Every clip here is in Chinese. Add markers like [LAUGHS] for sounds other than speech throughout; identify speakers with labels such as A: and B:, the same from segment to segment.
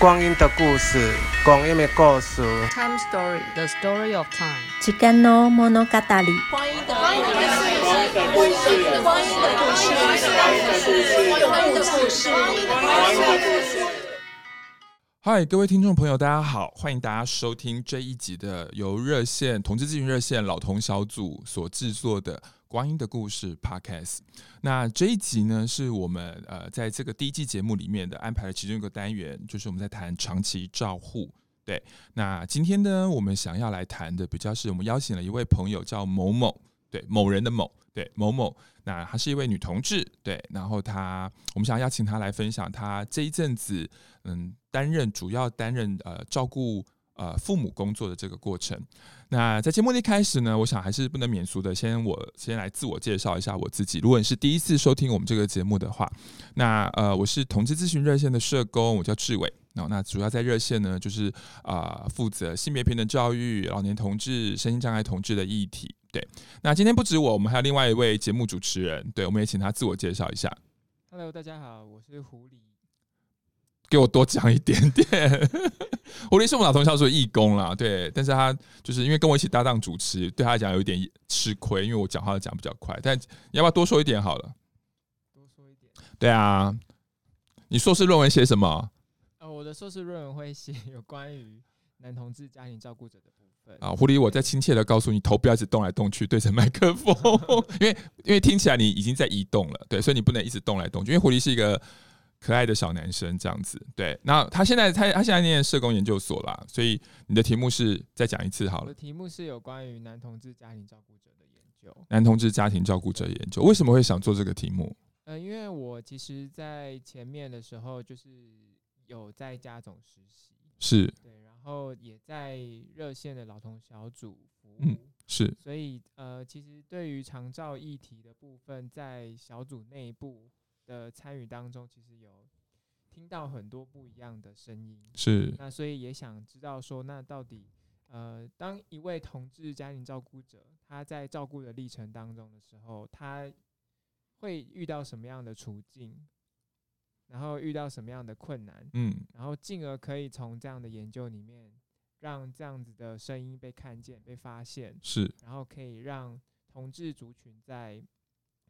A: 光阴的故事，光阴的故事。
B: Time Story, the story of time.
C: 时间の物語。
D: 嗨，各位听众朋友，大家好，欢迎大家收听这一集的由热线同志咨询热线老同小组所制作的《光阴的故事》Podcast。那这一集呢，是我们呃在这个第一季节目里面的安排的其中一个单元，就是我们在谈长期照护。对，那今天呢，我们想要来谈的比较是我们邀请了一位朋友叫某某，对某人的某，对某某。那她是一位女同志，对，然后她，我们想要邀请她来分享她这一阵子，嗯，担任主要担任呃照顾呃父母工作的这个过程。那在节目的一开始呢，我想还是不能免俗的，先我先来自我介绍一下我自己。如果你是第一次收听我们这个节目的话，那呃，我是同志咨询热线的社工，我叫志伟。那那主要在热线呢，就是啊负、责性别平等教育、老年同志、身心障碍同志的议题。对，那今天不止我，我们还有另外一位节目主持人，对，我们也请他自我介绍一下，
E: Hello，大家好，我是狐狸。
D: 给我多讲一点点。 [LAUGHS] 狐狸是我们老同校说义工啦，对，但是他就是因为跟我一起搭档主持，对他来讲有一点吃亏，因为我讲话讲比较快，但你要不要多说一点好了？
E: 多说一点，
D: 对啊，你硕士论文写什么？
E: 呃，我的硕士论文会写有关于男同志家庭照顾者的部分。
D: 啊，狐狸，我在亲切的告诉你，头不要一直动来动去，对着麦克风， [LAUGHS] 因为因为听起来你已经在移动了，对，所以你不能一直动来动去，因为狐狸是一个可爱的小男生这样子，对。那他现在他他现在念社工研究所啦，所以你的题目是再讲一次好
E: 我
D: 了
E: 的，题目是有关于男同志家庭照顾者的研究。
D: 男同志家庭照顾者研究，为什么会想做这个题目？
E: 呃，因为我其实，在前面的时候就是有在家总实习，
D: 是
E: 对，然后也在热线的老同小组服务，
D: 嗯是
E: 所以呃，其实对于长照议题的部分，在小组内部的参与当中，其实有听到很多不一样的声音。
D: 是，
E: 那所以也想知道说，那到底呃，当一位同志家庭照顾者，他在照顾的历程当中的时候，他会遇到什么样的处境，然后遇到什么样的困难，
D: 嗯
E: 然后进而可以从这样的研究里面，让这样子的声音被看见、被发现，
D: 是
E: 然后可以让同志族群在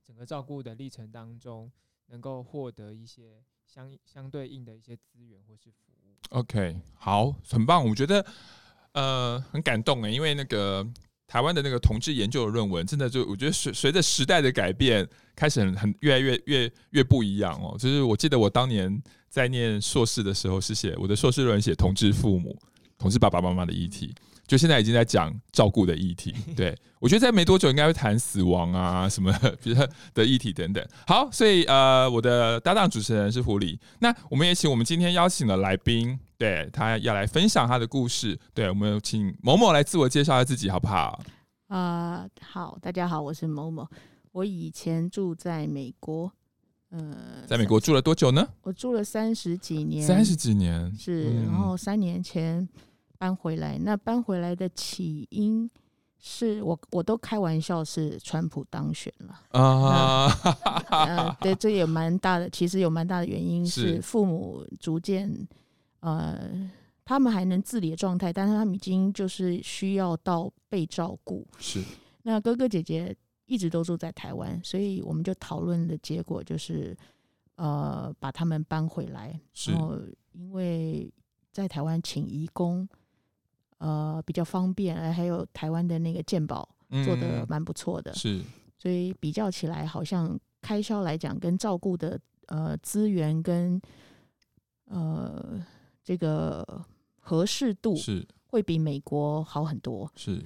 E: 整个照顾的历程当中，能够获得一些相相对应的一些资源或是服务。
D: OK，好，很棒，我觉得呃很感动诶，因为那个台湾的那个同志研究的论文，真的就我觉得随随着时代的改变，开始很很越来越越越不一样哦。就是我记得我当年在念硕士的时候，是写我的硕士论文写同志父母、同志爸爸妈妈的议题。就现在已经在讲照顾的议题，对我觉得在没多久应该会谈死亡啊什么的比较的议题等等。好，所以呃，我的搭档主持人是狐狸，那我们也请我们今天邀请的来宾，对他要来分享他的故事。对我们请某某来自我介绍一下自己，好不好？
F: 啊、好，大家好，我是某某。我以前住在美国，呃，
D: 在美国住了多久呢？
F: 我住了三十几年，
D: 三十几年。
F: 是，
D: 嗯
F: 然后三年前搬回来。那搬回来的起因是我我都开玩笑是川普当选
D: [LAUGHS]
F: 了，
D: 啊，
F: 呃，对，这也蛮大的，其实有蛮大的原因
D: 是
F: 是父母逐渐呃。他们还能自理的状态，但是他们已经就是需要到被照顾，
D: [LAUGHS] 是
F: 那哥哥姐姐一直都住在台湾，所以我们就讨论的结果就是，呃，把他们搬回来。
D: 是
F: 然后因为在台湾请义工，呃，比较方便，呃还有台湾的那个健保做的
D: 嗯
F: 蛮不错的，
D: 是
F: 所以比较起来，好像开销来讲跟照顾的呃资源跟呃这个合适度
D: 是
F: 会比美国好很多。
D: 是，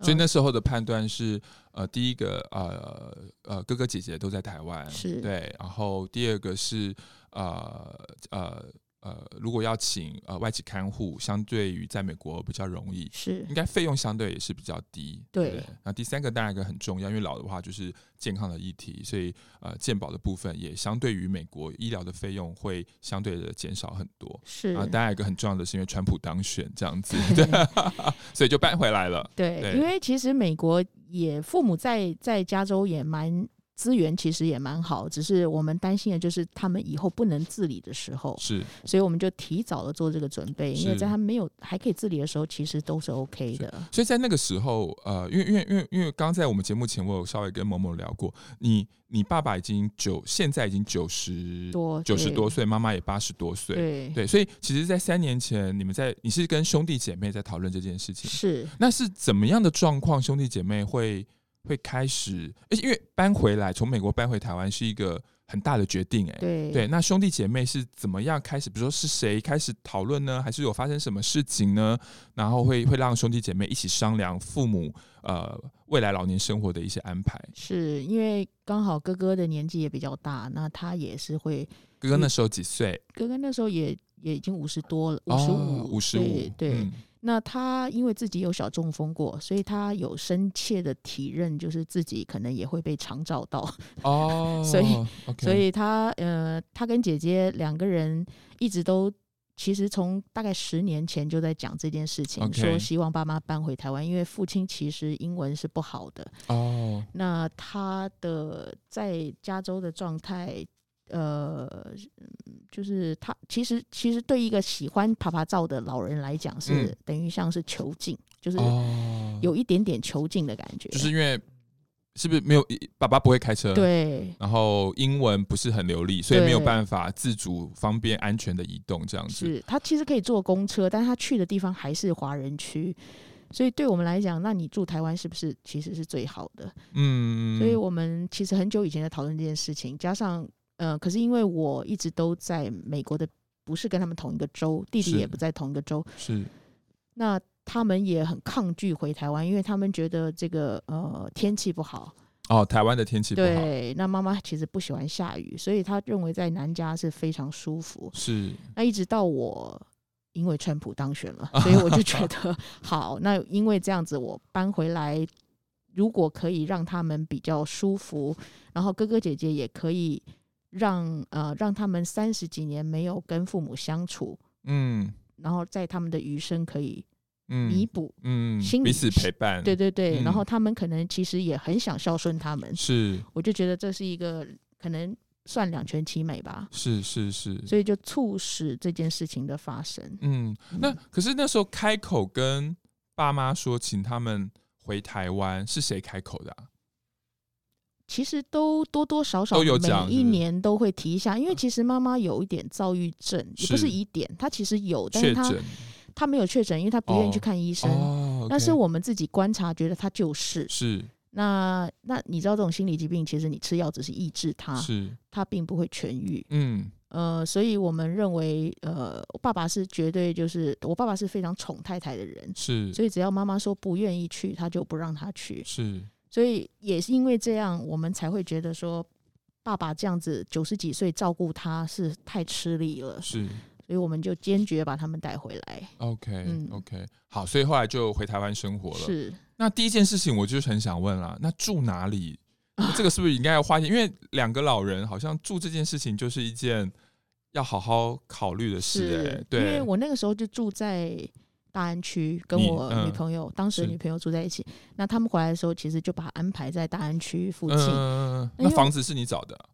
D: 所以
F: 嗯
D: 那时候的判断是，呃，第一个呃呃哥哥姐姐都在台湾，
F: 是
D: 对，然后第二个是呃呃呃，如果要请呃外籍看护，相对于在美国比较容易，
F: 是
D: 应该费用相对也是比较低。不
F: 对
D: 那第三个当然一个很重要，因为老的话就是健康的议题，所以呃，健保的部分也相对于美国医疗的费用会相对的减少很多。
F: 是
D: 啊，当然一个很重要的是因为川普当选这样
F: [LAUGHS]
D: 子，对， [LAUGHS] 所以就搬回来了。
F: 对，
D: 对
F: 因为其实美国也父母在在加州也蛮资源其实也蛮好，只是我们担心的就是他们以后不能自理的时候，
D: 是
F: 所以我们就提早的做这个准备，因为
D: 是
F: 在他没有还可以自理的时候，其实都是 OK 的。
D: 所以在那个时候，呃，因为因为因为因为刚在我们节目前，我有稍微跟某某聊过，你你爸爸已经九，现在已经九十
F: 多
D: 九十
F: 对
D: 多岁，妈妈也八十多岁，
F: 对，
D: 对，所以其实，在三年前，你们在你是跟兄弟姐妹在讨论这件事情，
F: 是
D: 那是怎么样的状况，兄弟姐妹会会开始，而且因为搬回来，从美国搬回台湾是一个很大的决定、欸，哎。
F: 对
D: 对，那兄弟姐妹是怎么样开始？比如说是谁开始讨论呢？还是有发生什么事情呢？然后会会让兄弟姐妹一起商量父母呃未来老年生活的一些安排。
F: 是因为刚好哥哥的年纪也比较大，那他也是会，
D: 哥哥那时候几岁？
F: 哥哥那时候也也已经五十多了，五十
D: 哦，
F: 五，
D: 五十五
F: 对，对。
D: 嗯
F: 那他因为自己有小中风过，所以他有深切的体认，就是自己可能也会被常照到， [LAUGHS]
D: 哦，
F: 所以
D: OK
F: 所以他呃，他跟姐姐两个人一直都。其实从大概十年前就在讲这件事情
D: OK
F: 说希望爸妈搬回台湾，因为父亲其实英文是不好的，
D: 哦，
F: 那他的在加州的状态，呃，嗯就是他其实其实对一个喜欢爬爬照的老人来讲是，
D: 嗯
F: 等于像是囚禁，就是
D: 哦，
F: 有一点点囚禁的感觉。
D: 就是因为是不是没有爸爸不会开车？。
F: 对
D: 然后英文不是很流利，所以
F: 对
D: 没有办法自主、方便、安全的移动这样子。
F: 是他其实可以坐公车，但他去的地方还是华人区，所以对我们来讲，那你住台湾是不是其实是最好的？
D: 嗯，
F: 所以我们其实很久以前在讨论这件事情，加上呃，可是因为我一直都在美国的，不是跟他们同一个州，弟弟
D: 是
F: 也不在同一个州，
D: 是
F: 那他们也很抗拒回台湾，因为他们觉得这个呃天气不好，
D: 哦，台湾的天气不好，
F: 对，那妈妈其实不喜欢下雨，所以他认为在南加是非常舒服。
D: 是
F: 那一直到我。因为川普
D: [LAUGHS]
F: 当选了，所以我就觉得好。那因为这样子，我搬回来，如果可以让他们比较舒服，然后哥哥姐姐也可以让呃让他们三十几年没有跟父母相处，
D: 嗯
F: 然后在他们的余生可以
D: 嗯
F: 弥补。
D: 嗯
F: 心理
D: 彼此陪伴，
F: 对对对，
D: 嗯
F: 然后他们可能其实也很想孝顺他们，
D: 是
F: 我就觉得这是一个可能算两全其美吧，
D: 是是是，
F: 所以就促使这件事情的发生。
D: 嗯，那可是那时候开口跟爸妈说，请他们回台湾，是谁开口的啊、
F: 其实都多多少少
D: 都有讲
F: 每
D: 是不
F: 一
D: 是嗯
F: 年都会提一下，因为其实妈妈有一点躁郁症，也不
D: 是
F: 是一点，她其实有，但
D: 确
F: 是她
D: 诊
F: 她没有确诊，因为她不愿意去
D: 哦
F: 看医生。
D: 哦，
F: 但
D: OK
F: 是我们自己观察，觉得她就是
D: 是
F: 那那你知道这种心理疾病，其实你吃药只是抑制它，
D: 是
F: 它并不会痊愈。
D: 嗯
F: 呃，所以我们认为，呃，我爸爸是绝对就是我爸爸是非常宠太太的人，
D: 是
F: 所以只要妈妈说不愿意去，他就不让她去。
D: 是
F: 所以也是因为这样，我们才会觉得说，爸爸这样子九十几岁照顾他是太吃力了，所
D: 是
F: 以我们就坚决把他们带回来。
D: OK、
F: 嗯
D: OK，好，所以后来就回台湾生活了。
F: 是，
D: 那第一件事情，我就是很想问啦，那住哪里？这个是不是应该要花钱？因为两个老人好像住这件事情就是一件要好好考虑的事、欸。
F: 是，因
D: 对，
F: 为我那个时候就住在大安区，跟
D: 你
F: 我
D: 嗯
F: 女朋友、当时的
D: 是
F: 女朋友住在一起。那他们回来的时候，其实就把安排在大安区附近。
D: 嗯，
F: 因
D: 那
F: 为
D: 房子是你找的啊？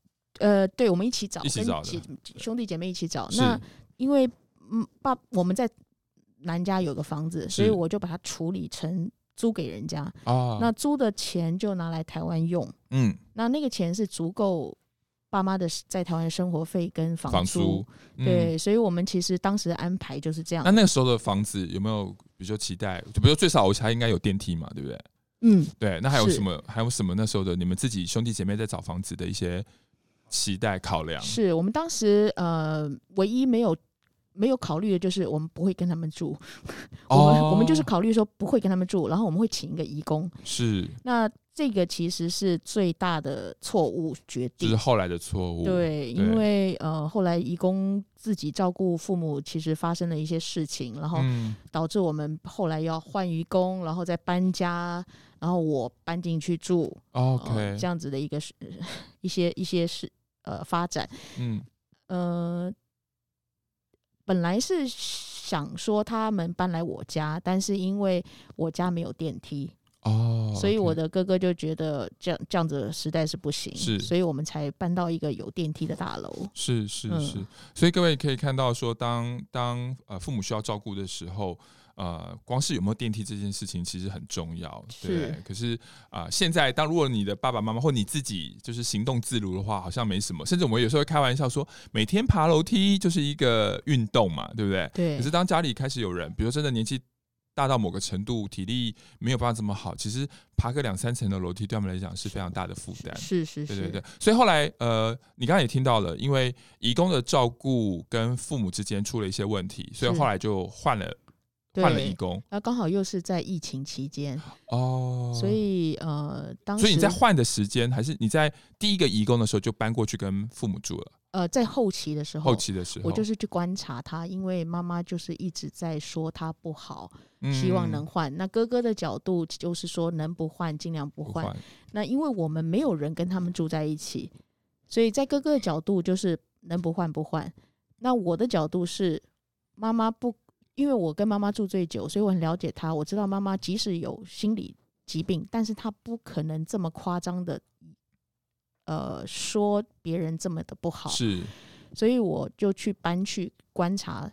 F: 呃，对，我们一起找，
D: 一起
F: 跟
D: 找的
F: 姐兄弟姐妹一起找。
D: 是
F: 哦那因为嗯，爸我们在南家有个房子，所以
D: 是
F: 我就把它处理成租给人家。
D: 啊，
F: 那租的钱就拿来台湾用，
D: 嗯，
F: 那那个钱是足够爸妈的在台湾的生活费跟房
D: 房
F: 租
D: 租。嗯、
F: 对，所以我们其实当时的安排就是这样
D: 那。那个时候的房子有没有比较期待？就比如说最少我猜应该有电梯嘛，对不对？
F: 嗯，
D: 对，那还有
F: 是
D: 什么？还有什么？那时候的你们自己兄弟姐妹在找房子的一些期待考量？
F: 是我们当时呃唯一没有。没有考虑的就是我们不会跟他们住，我们我们就是
D: 哦
F: 考虑说不会跟他们住，然后我们会请一个义工。
D: 是，
F: 那这个其实是最大的错误决
D: 就是
F: 定，
D: 后来的错误。对
F: 对，因为呃后来义工自己照顾父母，其实发生了一些事情，然后
D: 嗯，
F: 导致我们后来要换移工，然后再搬家，然后我搬进去住
D: 哦 OK，、
F: 呃这样子的一个事一些一些事呃发展，
D: 嗯，
F: 呃，本来是想说他们搬来我家，但是因为我家没有电梯，
D: 哦，
F: 所以我
D: OK
F: 的哥哥就觉得这样这样子实在是不行，
D: 是
F: 所以我们才搬到一个有电梯的大楼。
D: 是是
F: 嗯
D: 是，所以各位可以看到说，当当呃父母需要照顾的时候，呃，光是有没有电梯这件事情其实很重要，对
F: 是。
D: 可是啊、呃现在当如果你的爸爸妈妈或你自己就是行动自如的话，好像没什么。甚至我们有时候会开玩笑说，每天爬楼梯就是一个运动嘛，对不对？
F: 对
D: 可是，当家里开始有人，比如说真的年纪大到某个程度，体力没有办法这么好，其实爬个两三层的楼梯对他们来讲是非常大的负担。
F: 是是
D: 对
F: 是，
D: 对对，所以后来呃，你刚才也听到了，因为义工的照顾跟父母之间出了一些问题，所以
F: 是
D: 后来就换了
F: 对
D: 换了义工
F: 然后刚好又是在疫情期间，
D: 哦。
F: 所以呃，当时
D: 所以你在换的时间，还是你在第一个义工的时候就搬过去跟父母住了？
F: 呃在后期的时候，
D: 后期的时候，
F: 我就是去观察他，因为妈妈就是一直在说他不好，
D: 嗯
F: 希望能换。那哥哥的角度就是说，能不换尽量不
D: 不
F: 换。
D: 换
F: 那因为我们没有人跟他们住在一起，所以在哥哥的角度就是能不换不换。那我的角度是，妈妈不，因为我跟妈妈住最久，所以我很了解她。我知道妈妈即使有心理疾病，但是她不可能这么夸张的，呃，说别人这么的不好。
D: 是
F: 所以我就去搬去观察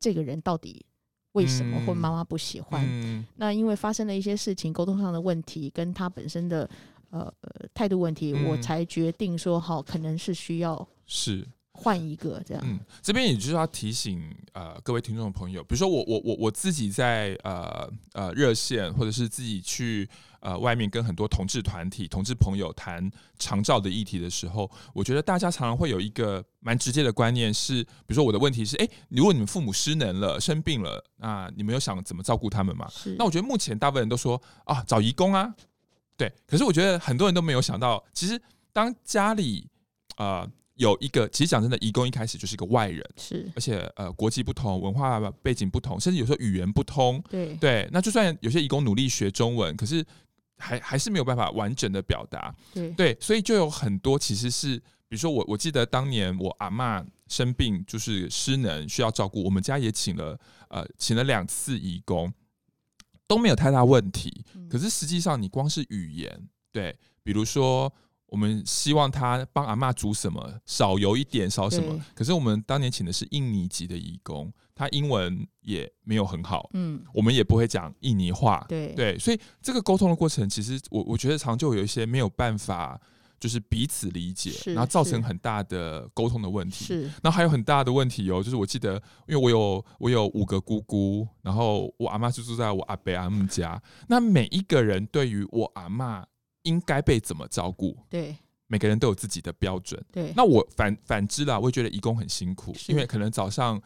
F: 这个人到底为什么
D: 嗯
F: 或妈妈不喜欢。
D: 嗯
F: 那因为发生了一些事情，沟通上的问题跟他本身的呃呃态度问题，
D: 嗯
F: 我才决定说好，可能是需要
D: 是
F: 换一个这样。
D: 嗯，这边也就是要提醒呃各位听众朋友，比如说我我我我自己在呃呃热线，或者是自己去呃外面跟很多同志团体、同志朋友谈长照的议题的时候，我觉得大家常常会有一个蛮直接的观念是，比如说我的问题是，诶，如果你们父母失能了、生病了，那你们有想怎么照顾他们吗？
F: 是，
D: 啊那我觉得目前大部分人都说啊，找义工啊，对。可是我觉得很多人都没有想到，其实当家里呃有一个，其实讲真的，义工一开始就是一个外人，
F: 是
D: 而且呃国籍不同、文化背景不同，甚至有时候语言不通，
F: 对
D: 对。那就算有些义工努力学中文，可是还还是没有办法完整的表达，
F: 对
D: 对，所以就有很多其实是，比如说我我记得当年我阿嬷生病就是失能需要照顾，我们家也请了呃请了两次义工，都没有太大问题。
F: 嗯
D: 可是实际上你光是语言，对，比如说。我们希望他帮阿嬷煮什么，少油一点，少什么
F: 对。
D: 可是我们当年请的是印尼籍的义工，他英文也没有很好，
F: 嗯
D: 我们也不会讲印尼话，
F: 对
D: 对，所以这个沟通的过程，其实我我觉得长久有一些没有办法，就是彼此理解，
F: 是
D: 然后造
F: 是
D: 成很大的沟通的问题。
F: 是
D: 那还有很大的问题哦，就是我记得，因为我有我有五个姑姑，然后我阿妈就住在我阿伯阿姆家，那每一个人对于我阿妈应该被怎么照顾，
F: 对
D: 每个人都有自己的标准。
F: 对
D: 那我反反之啦，我也觉得义工很辛苦，
F: 是
D: 因为可能早上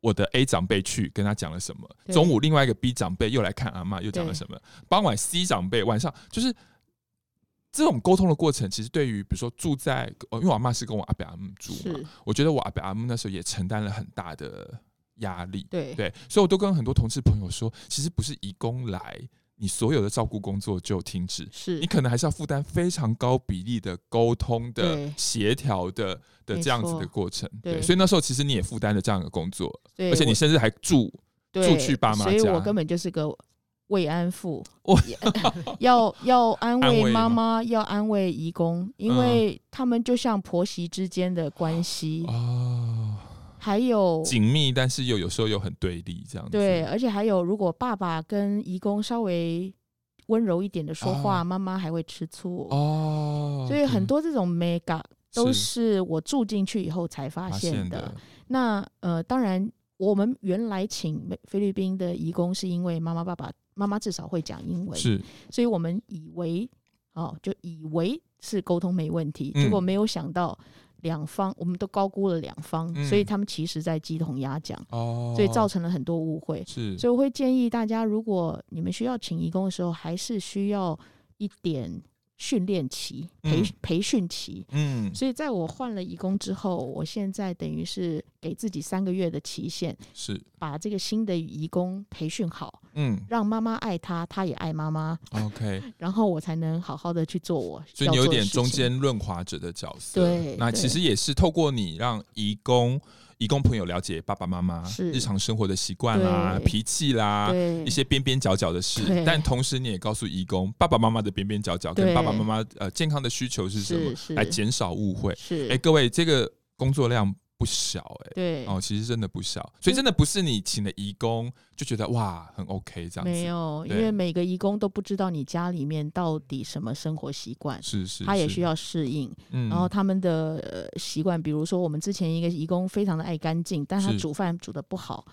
D: 我的 A 长辈去跟他讲了什么，
F: 对
D: 中午另外一个 B 长辈又来看阿嬷又讲了
F: 对
D: 什么，傍晚 C 长辈晚上就是这种沟通的过程，其实对于比如说住在，呃、因为我阿嬷是跟我阿伯阿姆住嘛，
F: 是，
D: 我觉得我阿伯阿姆那时候也承担了很大的压力，
F: 对
D: 对，所以我都跟很多同事朋友说，其实不是义工来，你所有的照顾工作就停止，
F: 是
D: 你可能还是要负担非常高比例的沟通的
F: 对、
D: 协调的的
F: 没
D: 这样子
F: 错
D: 的过程。对，
F: 对
D: 所以那时候其实你也负担了这样的工作，
F: 对，
D: 而且你甚至还住
F: 我
D: 住
F: 对
D: 去爸妈
F: 所以
D: 家
F: 我根本就是个。慰安妇
D: 我，
F: 也要要安
D: 安
F: 慰
D: 慰
F: 妈
D: 吗
F: 妈，要安慰义工，因
D: 嗯
F: 为他们就像婆媳之间的关系，
D: 哦，
F: 还有
D: 紧密，但是又有时候又很对立这样子。
F: 对，，而且还有，如果爸爸跟义工稍微温柔一点的说话，
D: 哦
F: 妈妈还会吃醋。
D: 哦，
F: 所以很
D: 对
F: 多这种 mega 都
D: 是
F: 是我住进去以后才发
D: 发
F: 现
D: 现
F: 的。，那呃，当然，我们原来请美菲律宾的义工，是因为妈妈、爸爸、妈妈至少会讲英文，
D: 是
F: 所以我们以为哦，就以为是沟通没问题，
D: 嗯
F: 结果没有想到两方我们都高估了两方，
D: 嗯
F: 所以他们其实在鸡同鸭讲，
D: 哦，
F: 所以造成了很多误会。
D: 是
F: 所以我会建议大家，如果你们需要请义工的时候，还是需要一点训练期、培、
D: 嗯
F: 培训期。
D: 嗯
F: 所以在我换了义工之后，我现在等于是给自己三个月的期限，
D: 是
F: 把这个新的义工培训好，
D: 嗯
F: 让妈妈爱他，他也爱妈妈，
D: OK，
F: 然后我才能好好的去做我
D: 所以
F: 要
D: 你有
F: 做的
D: 点
F: 事
D: 中
F: 情。
D: 间润滑者的角色。
F: 对
D: 那
F: 对
D: 其实也是透过你让移工移工朋友了解爸爸妈妈
F: 是
D: 日常生活的习惯啦、
F: 对
D: 脾气啦。
F: 对
D: 啊一些边边角角的事
F: 对，
D: 但同时你也告诉义工爸爸妈妈的边边角角跟
F: 对
D: 爸爸妈妈呃健康的需求是什么
F: 是，是
D: 来减少误会。
F: 是
D: 哎、各位，这个工作量不小哎、
F: 对
D: 哦，其实真的不小，所以真的不是你请了义工就觉得哇很 OK 这样子，
F: 没有，因
D: 对
F: 为每个义工都不知道你家里面到底什么生活习惯，
D: 是是，
F: 他也
D: 是
F: 需，要适应。
D: 嗯
F: 然后他们的呃习惯，比如说我们之前一个义工非常的爱干净，但他
D: 是
F: 煮饭煮的不好。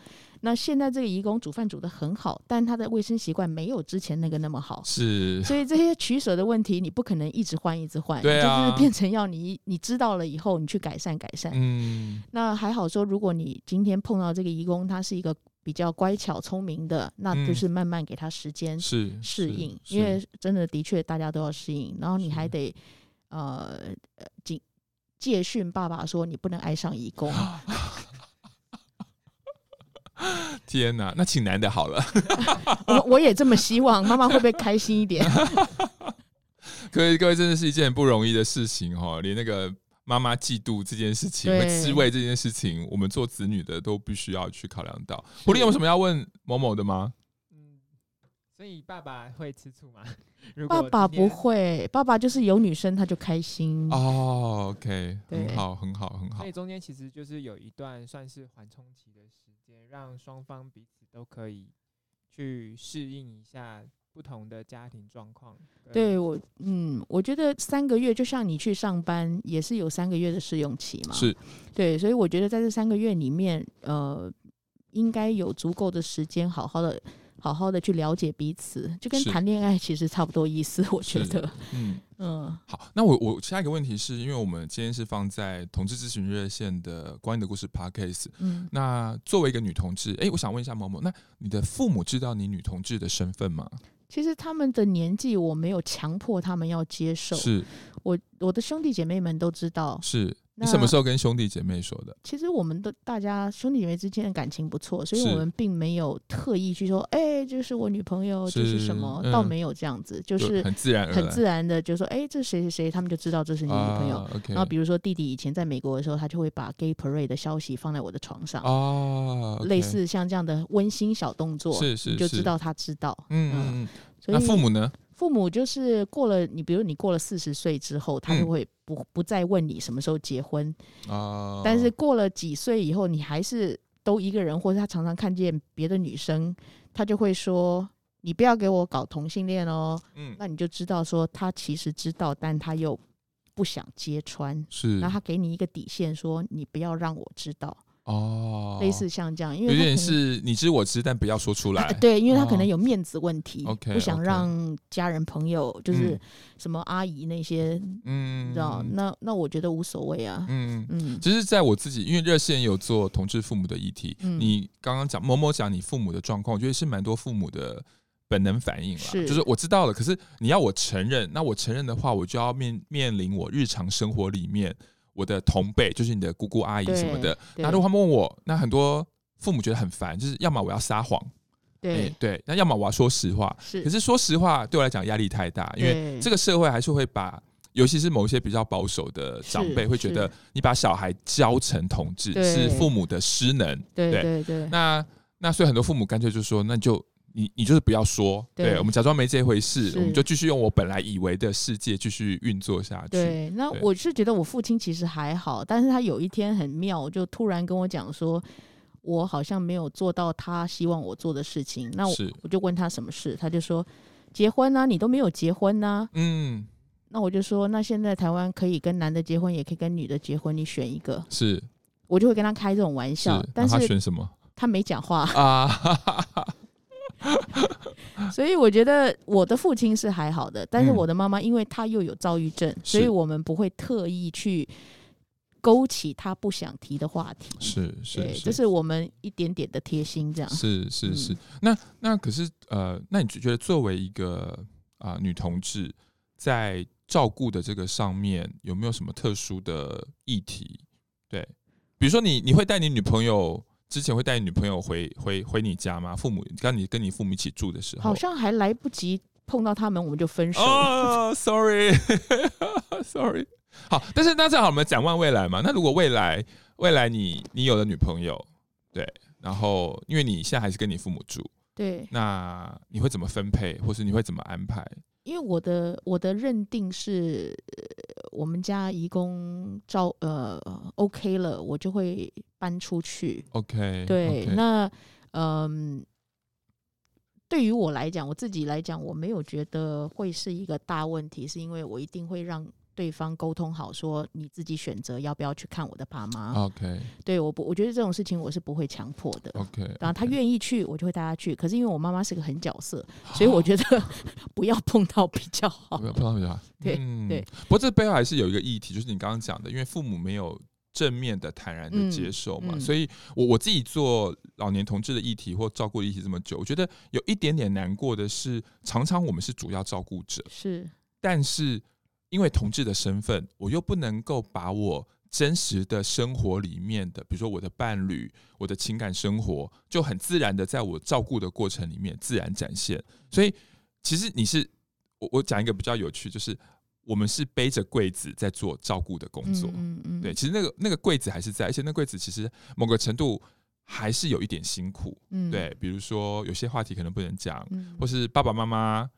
F: 那现在这个义工煮饭煮的很好，但他的卫生习惯没有之前那个那么好。
D: 是
F: [LAUGHS] 所以这些取舍的问题，你不可能一直换一直换，
D: 对啊
F: 就是变成要你你知道了以后，你去改善改善。
D: 嗯
F: 那还好说，如果你今天碰到这个义工，他是一个比较乖巧聪明的，那
D: 嗯
F: 就是慢慢给他时间
D: 是
F: 适
D: 是
F: 应，
D: 是
F: 因为真的的确大家都要适应，然后你还
D: 是
F: 得呃呃警戒训爸爸说你不能爱上义工，
D: 天哪，那请男的好了， [LAUGHS]
F: 我我也这么希望，妈妈会不会开心一点？
D: 各位各位真的是一件很不容易的事情哦，连那个。妈妈嫉妒这件事情，
F: 对
D: 会自慰这件事情，我们做子女的都必须要去考量到。狐狸有什么要问某某的吗？
E: 嗯，所以爸爸会吃醋吗？ [LAUGHS] 如
F: 爸
E: 果
F: 爸
E: 今天
F: 不会，爸爸就是有女生他就开心，
D: 哦，OK，
F: 嗯对
D: 很好，很好，很好
E: 所以。中间其实就是有一段算是缓冲期的时间，让双方彼此都可以去适应一下不同的家庭状况。
F: 对，我，嗯，我觉得三个月就像你去上班，也是有三个月的试用期嘛。
D: 是，
F: 对，所以我觉得在这三个月里面，呃，应该有足够的时间好好的、好好的去了解彼此，就跟
D: 是
F: 谈恋爱其实差不多意思，我觉
D: 是
F: 得。
D: 嗯，
F: 嗯，
D: 好，那我我下一个问题是因为我们今天是放在同志咨询热线的《光阴的故事》Podcast。
F: 嗯，
D: 那作为一个女同志，哎、我想问一下某某，那你的父母知道你女同志的身份吗？
F: 其实他们的年纪我没有强迫他们要接受，
D: 是
F: 我我的兄弟姐妹们都知道。
D: 是，
F: 那
D: 你什么时候跟兄弟姐妹说的？
F: 其实我们的大家兄弟姐妹之间的感情不错，所以
D: 是
F: 我们并没有特意去说，哎、这是我女朋友，这是什么，
D: 是嗯
F: 倒没有这样子，就
D: 就是很自然而然，
F: 很自然的就说，哎、这谁谁谁，他们就知道这是你女朋友。
D: 啊、OK，
F: 然后比如说弟弟以前在美国的时候，他就会把 gay parade 的消息放在我的床上，
D: 啊，OK，
F: 类似像这样的温馨小动作，
D: 是是
F: 你就知
D: 是
F: 道他知道。嗯，
D: 嗯，嗯嗯，
F: 所以
D: 那父母呢？
F: 父母就是过了你，比如你过了四十岁之后，他
D: 嗯
F: 就会不、不再问你什么时候结婚，
D: 啊，
F: 但是过了几岁以后，你还是都一个人，或者他常常看见别的女生，他就会说：“你不要给我搞同性恋哦。”
D: 嗯，
F: 那你就知道说他其实知道，但他又不想揭穿。
D: 是，
F: 然后他给你一个底线，说你不要让我知道，
D: 哦，
F: 类似像这样，因为
D: 有
F: 他可
D: 点
F: 能
D: 是你知我知，但不要说出来
F: 啊， [LAUGHS] 对，因为他可
D: 哦
F: 能有面子问题，
D: OK，
F: 不想
D: OK
F: 让家人朋友就是
D: 嗯
F: 什么阿姨那些，
D: 嗯，
F: 你知道？
D: 嗯
F: 那那我觉得无所谓啊，
D: 嗯。
F: 嗯，
D: 其实，在我自己，因为热线有做同志父母的议题，
F: 嗯
D: 你刚刚讲某某讲你父母的状况，我觉得是蛮多父母的本能反应啦，
F: 是
D: 就是我知道了，可是你要我承认，那我承认的话，我就要面面临我日常生活里面我的同辈，就是你的姑姑阿姨
F: 对
D: 什么的。
F: 对
D: 那如果他们问我，那很多父母觉得很烦，就是要么我要撒谎，
F: 对，
D: 哎对，那要么我要说实话，
F: 是
D: 可是说实话，对我来讲压力太大，因为
F: 对
D: 这个社会还是会把，尤其是某一些比较保守的长辈
F: 是
D: 会觉得
F: 是，
D: 你把小孩教成同志
F: 对
D: 是父母的失能。
F: 对
D: 对
F: 对对，
D: 那那所以很多父母干脆就说，那就你你就是不要说，
F: 对
D: 对我们假装没这回事，
F: 是
D: 我们就继续用我本来以为的世界继续运作下去。
F: 对，那
D: 对
F: 我是觉得我父亲其实还好，但是他有一天很妙，就突然跟我讲说，我好像没有做到他希望我做的事情。那我
D: 是
F: 我就问他什么事，他就说结婚啊呢、你都没有结婚呢、
D: 嗯，
F: 那我就说，那现在台湾可以跟男的结婚，也可以跟女的结婚，你选一个。
D: 是
F: 我就会跟他开这种玩
D: 是
F: 笑，，
D: 那
F: 但
D: 他
F: 是
D: 选什
F: [LAUGHS]
D: 么
F: 他没讲话，
D: 啊？哈哈哈
F: 所以我觉得我的父亲是还好的，但是
D: 嗯
F: 我的妈妈，因为她又有躁郁症，
D: 是
F: 所以我们不会特意去勾起她不想提的话题。
D: 是
F: 对，
D: 是
F: 这
D: 是。
F: 是我们一点点的贴心，这样
D: 是是
F: 嗯
D: 是，那那可是呃，那你就觉得作为一个啊、女同志，在照顾的这个上面有没有什么特殊的议题？对，比如说你你会带你女朋友之前会带你女朋友回回回你家吗？父母刚你跟你父母一起住的时候，
F: 好像还来不及碰到他们，我们就分手了。
D: 哦，sorry，哦 [LAUGHS] Sorry，好，但是那正好我们展望未来嘛。那如果未来未来你你有了女朋友，对，然后因为你现在还是跟你父母住，
F: 对，
D: 那你会怎么分配，或是你会怎么安排？
F: 因为我的我的认定是，呃我们家移工照呃 OK 了，我就会搬出去。
D: OK，
F: 对
D: OK
F: 那嗯，对于我来讲，我自己来讲，我没有觉得会是一个大问题，是因为我一定会让对方沟通好，说你自己选择要不要去看我的爸妈。
D: OK
F: 对啊我不，我觉得这种事情我是不会强迫的。
D: 哦 OK，
F: 然后他愿意去，我就会带他去。可是因为我妈妈是个狠角色，所以我觉得 [LAUGHS] 不要碰到比较
D: 哦
F: 好
D: 啊不。要碰到比较好。
F: 对
D: 嗯
F: 对。
D: 不过这背后还是有一个议题，就是你刚刚讲的，因为父母没有正面的、坦然的接受嘛，
F: 嗯嗯
D: 所以我我自己做老年同志的议题或照顾议题这么久，我觉得有一点点难过的是，常常我们是主要照顾者，
F: 是，
D: 但是因为同志的身份，我又不能够把我。真实的生活里面的，比如说我的伴侣、我的情感生活，就很自然的在我照顾的过程里面自然展现。所以，其实你是我我讲一个比较有趣，就是我们是背着柜子在做照顾的工作。
F: 嗯嗯，
D: 对，，其实那个那个柜子还是在，而且那柜子其实某个程度还是有一点辛苦。
F: 嗯，
D: 对，比如说有些话题可能不能讲，
F: 嗯，
D: 或是爸爸妈妈，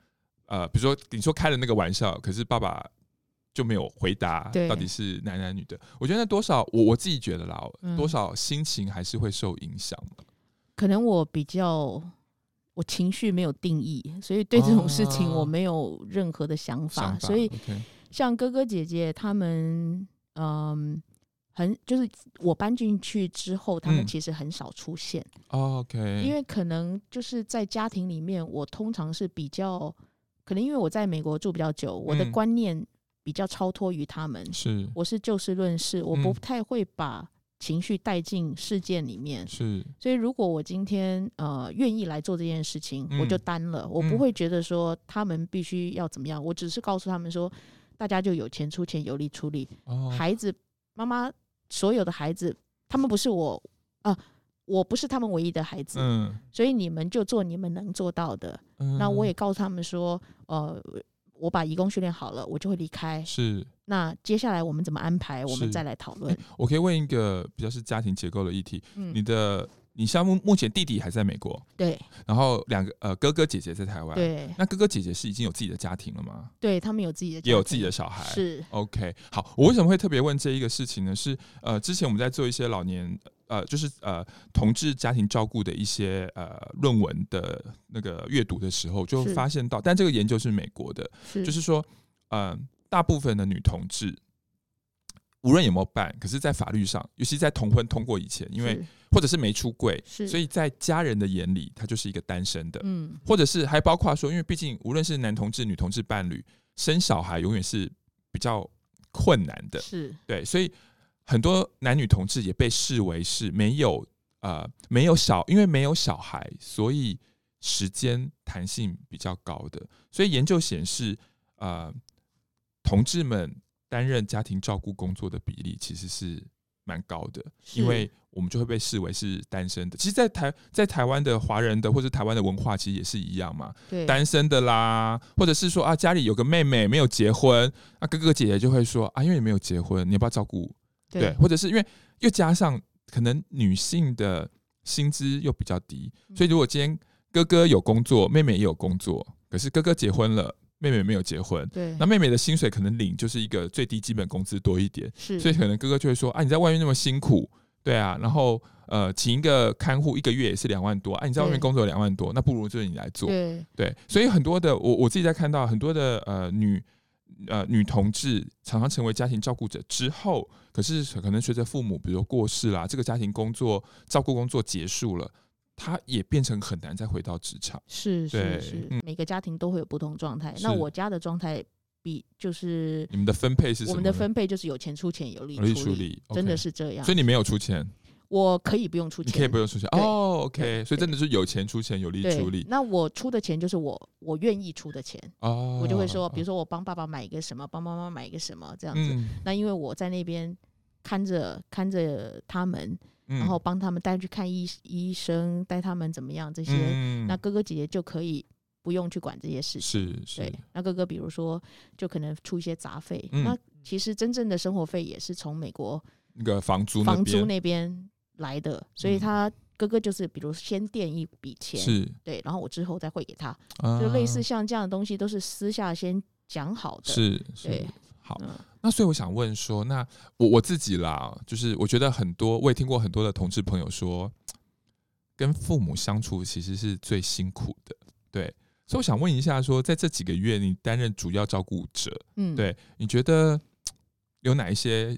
D: 呃，比如说你说开了那个玩笑，可是爸爸就没有回答
F: 对
D: 到底是男男女的，我觉得那多少我我自己觉得啦，
F: 嗯
D: 多少心情还是会受影响嘛。
F: 可能我比较我情绪没有定义，所以对这种事情
D: 哦
F: 我没有任何的想法，
D: 想法嗯
F: 所以
D: OK，
F: 像哥哥姐姐他们，嗯。很就是我搬进去之后，他们
D: 嗯
F: 其实很少出现，
D: 哦，OK，
F: 因为可能就是在家庭里面，我通常是比较，可能因为我在美国住比较久，我的
D: 嗯
F: 观念比较超脱于他们，
D: 是
F: 我是就事论事，我不
D: 嗯
F: 太会把情绪带进事件里面，
D: 是
F: 所以，如果我今天呃愿意来做这件事情，我就
D: 嗯
F: 担了，我不
D: 嗯
F: 会觉得说他们必须要怎么样，我只是告诉他们说，大家就有钱出钱，有力出力。
D: 哦，
F: 孩子，妈妈，所有的孩子，他们不是我啊、我不是他们唯一的孩子，
D: 嗯，
F: 所以你们就做你们能做到的。
D: 嗯
F: 那我也告诉他们说，呃，我把义工训练好了，我就会离开。
D: 嗯是，
F: 那接下来我们怎么安排，我们
D: 是
F: 再来讨论。
D: 我可以问一个比较是家庭结构的议题，你
F: 嗯，
D: 的你像目目前弟弟还在美国，
F: 对
D: 然后两个呃哥哥姐姐在台湾，，
F: 对
D: 那哥哥姐姐是已经有自己的家庭了吗？
F: 对，他们有自己的家
D: 也有自己的
F: 庭
D: 小孩，
F: 是
D: OK，好，我为什么会特别问这一个事情呢？是呃，之前我们在做一些老年呃，就是呃同志家庭照顾的一些呃论文的那个阅读的时候，就是发现到，但这个研究是美国的，
F: 是
D: 就是说，呃，大部分的女同志，无论有没有办，可是在法律上，尤其在同婚通过以前，因为
F: 是
D: 或者是没出柜，
F: 是
D: 所以在家人的眼里，她就是一个单身的，
F: 嗯
D: 或者是还包括说，因为毕竟无论是男同志、女同志伴侣，生小孩永远是比较困难的，
F: 是
D: 对，所以很多男女同志也被视为是没有呃没有小，因为没有小孩，所以时间弹性比较高的，所以研究显示，呃，同志们担任家庭照顾工作的比例其实是蛮高的，因
F: 是
D: 为我们就会被视为是单身的。其实，在台在台湾的华人的或者台湾的文化，其实也是一样嘛，
F: 对
D: 单身的啦，或者是说啊，家里有个妹妹没有结婚，那、哥哥姐姐就会说啊，因为你没有结婚，你要不要照顾？对，或者是因为又加上可能女性的薪资又比较低，
F: 嗯
D: 所以如果今天哥哥有工作，妹妹也有工作，可是哥哥结婚了，妹妹没有结婚，
F: 对
D: 那妹妹的薪水可能领就是一个最低基本工资多一点，
F: 是
D: 所以可能哥哥就会说啊，你在外面那么辛苦，对啊，然后呃，请一个看护一个月也是两万多，啊，你在外面
F: 对
D: 工作两万多，那不如就是你来做，
F: 对
D: 对，所以很多的我我自己在看到很多的呃女呃女同志常常成为家庭照顾者之后，可是可能随着父母比如说过世啦，这个家庭工作照顾工作结束了，她也变成很难再回到职场。
F: 是
D: 对
F: 是是
D: 嗯，
F: 每个家庭都会有不同状态。那
D: 是
F: 我家的状态比就是
D: 你们的分配是什么呢？
F: 我们的分配就是有钱出钱，有力
D: 力
F: 出
D: 处
F: 力，
D: 理
F: 真的，
D: OK
F: 是这样
D: 所。以你没有出钱，
F: 我可以不用出
D: 你可以
F: 钱
D: 不。用出钱
F: 对
D: 哦。OK，
F: 对
D: 所以真的是有钱出钱，有力出
F: 对
D: 力，
F: 那我出的钱就是我我愿意出的钱，
D: 哦。
F: 我就会说，比如
D: 说
F: 说我帮爸爸买一个什么，帮妈妈买一个什么这样子。
D: 嗯，
F: 那因为我在那边看着看着他们，
D: 嗯
F: 然后帮他们带去看医医生，带他们怎么样这些，
D: 嗯
F: 那哥哥姐姐就可以不用去管这些事情。
D: 是是
F: 对，那哥哥比如说就可能出一些杂费，
D: 嗯
F: 那其实真正的生活费也是从美国
D: 那个房租那
F: 房租
D: 边
F: 那边来的，所以
D: 嗯
F: 他哥哥就是比如先垫一笔钱，
D: 是，
F: 对，然后我之后再汇给他，
D: 啊
F: 就类似像这样的东西都是私下先讲好的。
D: 是是
F: 对。
D: 好，
F: 嗯，
D: 那所以我想问说，那我我自己啦，就是我觉得很多，我也听过很多的同志朋友说，跟父母相处其实是最辛苦的，对。所以我想问一下说在这几个月你担任主要照顾者，
F: 嗯，
D: 对，你觉得有哪一些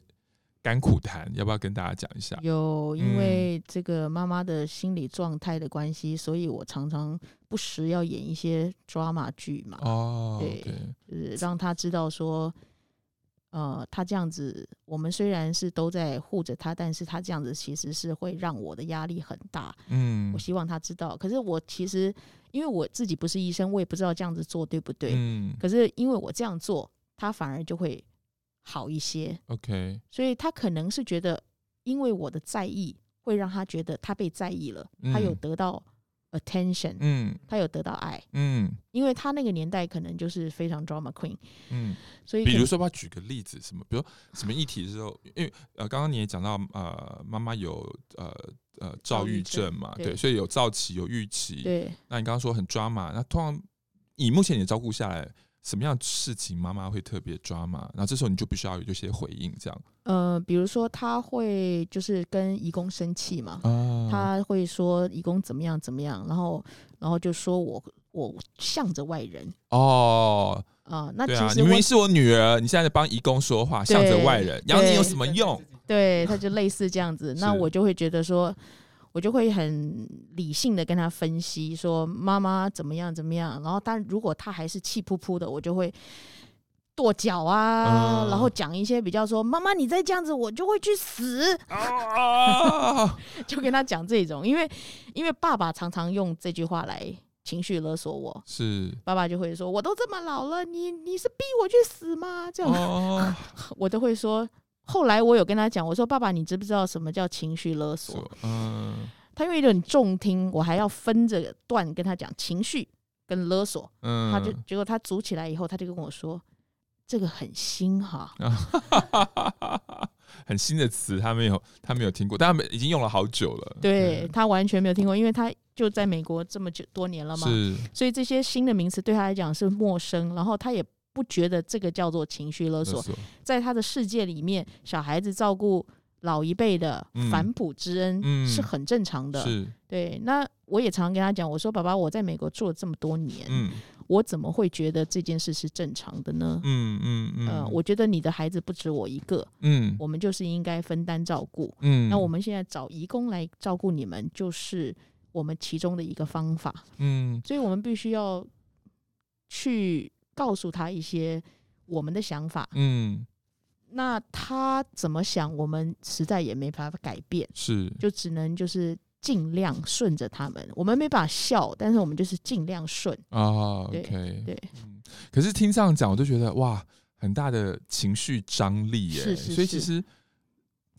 D: 甘苦谈，要不要跟大家讲一下？
F: 有
D: 嗯
F: 因为这个妈妈的心理状态的关系，所以我常常不时要演一些 drama 剧嘛，
D: 哦，
F: 对
D: 对，
F: 就是让她知道说，呃，她这样子，我们虽然是都在护着她，但是她这样子其实是会让我的压力很大。
D: 嗯
F: 我，希望她知道，可是我其实因为我自己不是医生，我也不知道这样子做对不对。
D: 嗯
F: 可是因为我这样做，她反而就会好一些。
D: ，OK，
F: 所以他可能是觉得，因为我的在意，会让他觉得他被在意了，
D: 嗯
F: 他有得到 attention，、
D: 嗯
F: 他有得到爱，
D: 嗯
F: 因为他那个年代可能就是非常 drama queen，
D: 嗯，
F: 所以
D: 比
F: 可
D: 如
F: 能
D: 说，要举个例子，什么，比如什么议题之后，因为呃，刚刚你也讲到，呃，妈妈有呃呃躁
F: 躁郁
D: 郁
F: 症
D: 症嘛，
F: 对
D: 对，所以有躁期，有郁期，
F: 对
D: 那你刚刚说很抓马，那通常以目前你的照顾下来，什么样的事情妈妈会特别抓马？然后这时候你就必须要有一些回应，这样
F: 呃，比如说他会就是跟义工生气嘛，
D: 啊
F: 他会说义工怎么样怎么样，然后然后就说我我向着外人
D: 哦，
F: 啊、那
D: 对啊，
F: 其
D: 你
F: 实
D: 明
F: 我
D: 明是我女儿，你现在在帮义工说话，向着
F: 对
D: 外人，养你
F: 对
D: 有什么用？？ [LAUGHS]
F: 对，他就类似这样子。那
D: 是
F: 我就会觉得说，我就会很理性的跟他分析说妈妈怎么样怎么样。然后，但如果他还是气扑扑的，我就会跺脚啊，
D: 嗯
F: 然后讲一些比较说妈妈你再这样子，我就会去死， [LAUGHS]
D: 啊，
F: 就跟他讲这种。因为因为爸爸常常用这句话来情绪勒索我，
D: 是
F: 爸爸就会说我都这么老了，你你是逼我去死吗？这样子
D: 哦，
F: [LAUGHS] 我都会说。后来我有跟他讲，我说爸爸，你知不知道什么叫情绪勒索？
D: 说嗯
F: 他因为有点重听，我还要分着段跟他讲情绪跟勒索，
D: 嗯，
F: 他就、结果他组起来以后，他就跟我说这个很新哈，
D: [LAUGHS] 很新的词，他没有他没有听过，但他们已经用了好久了。
F: 对他完全没有听过，因为他就在美国这么久多年了嘛，
D: 是
F: 所以这些新的名词对他来讲是陌生，然后他也不觉得这个叫做情绪勒
D: 勒
F: 索，在他的世界里面，小孩子照顾老一辈的
D: 嗯
F: 反哺之恩、
D: 嗯
F: 是很正常的，
D: 是
F: 对。那我也常跟他讲，我说爸爸，我在美国住了这么多年，
D: 嗯
F: 我怎么会觉得这件事是正常的呢？
D: 嗯嗯嗯，
F: 呃，我觉得你的孩子不止我一个，
D: 嗯
F: 我们就是应该分担照顾。
D: 嗯，
F: 那我们现在找义工来照顾你们，就是我们其中的一个方法，
D: 嗯
F: 所以我们必须要去告诉他一些我们的想法。
D: 嗯
F: 那他怎么想，我们实在也没办法改变，
D: 是
F: 就只能就是尽量顺着他们。我们没办法笑，但是我们就是尽量顺。
D: 啊
F: 对
D: ，OK
F: 对
D: 嗯，可是听这样讲，我就觉得哇，很大的情绪张力耶、
F: 是是
D: 所以其
F: 是
D: 实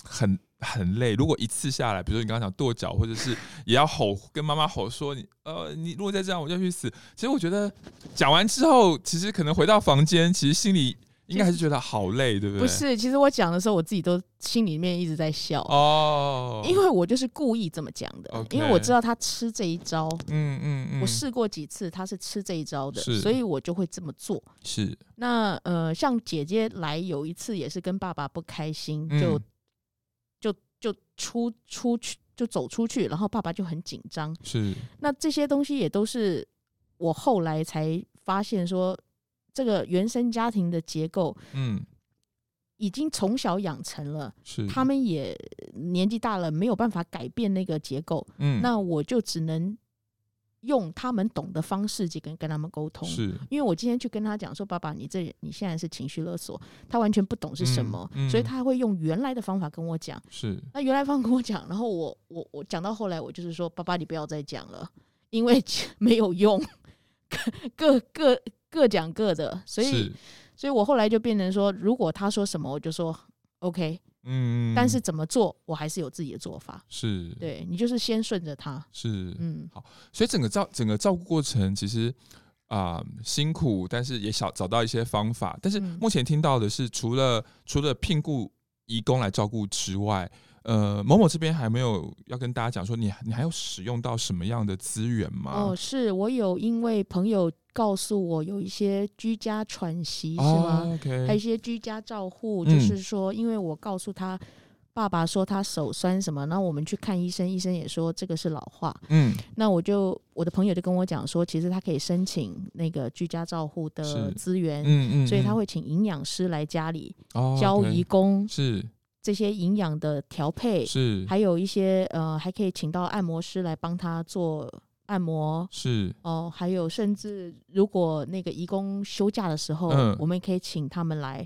D: 很很累。如果一次下来，比如说你刚刚讲跺脚，或者是也要吼跟妈妈吼说你呃，你如果再这样，我就要去死。其实我觉得讲完之后，其实可能回到房间，其实心里应该还是觉得好累，对不对？
F: 不是，其实我讲的时候，我自己都心里面一直在笑。
D: 哦，
F: 因为我就是故意这么讲的
D: OK
F: 因为我知道他吃这一招，
D: 嗯嗯嗯，
F: 我试过几次他是吃这一招的
D: 是，
F: 所以我就会这么做。
D: 是
F: 那呃，像姐姐来有一次也是跟爸爸不开心，
D: 嗯
F: 就就就出出去就走出去，然后爸爸就很紧张。
D: 是
F: 那这些东西也都是我后来才发现说，这个原生家庭的结构
D: 嗯
F: 已经从小养成了，
D: 是
F: 他们也年纪大了，没有办法改变那个结构。
D: 嗯
F: 那我就只能用他们懂的方式去跟跟他们沟通。
D: 是
F: 因为我今天去跟他讲说，爸爸，你这你现在是情绪勒索，他完全不懂是什么，
D: 嗯嗯
F: 所以他会用原来的方法跟我讲。
D: 是
F: 那原来方法跟我讲，然后我我我讲到后来，我就是说，爸爸，你不要再讲了，因为 [LAUGHS] 没有用，各各各各讲各的。所以
D: 是，嗯
F: 所以我后来就变成说，如果他说什么，我就说 OK，
D: 嗯，
F: 但是怎么做，我还是有自己的做法。
D: 是
F: 对你就是先顺着他，
D: 是
F: 嗯，
D: 所以整个照整个照顾过程，其实啊、辛苦，但是也想找到一些方法。但是
F: 嗯
D: 目前听到的是，除了除了聘雇义工来照顾之外，呃，某某这边还没有要跟大家讲说你你还有使用到什么样的资源吗？
F: 哦，是我有因为朋友告诉我有一些居家喘息是吗？
D: o
F: 还有一
D: k
F: 些居家照护，
D: 哦嗯
F: 就是说，因为我告诉他爸爸说他手酸什么，那我们去看医生，医生也说这个是老化。
D: 嗯，
F: 那我就我的朋友就跟我讲说，其实他可以申请那个居家照护的
D: 是
F: 资源，
D: 嗯嗯，
F: 所以他
D: 嗯
F: 会请营养师来家里、
D: 哦
F: 教
D: OK
F: 义工
D: 是
F: 这些营养的调配，
D: 是
F: 还有一些呃，还可以请到按摩师来帮他做按摩。
D: 是
F: 哦，还有甚至如果那个义工休假的时候，
D: 嗯
F: 我们也可以请他们来，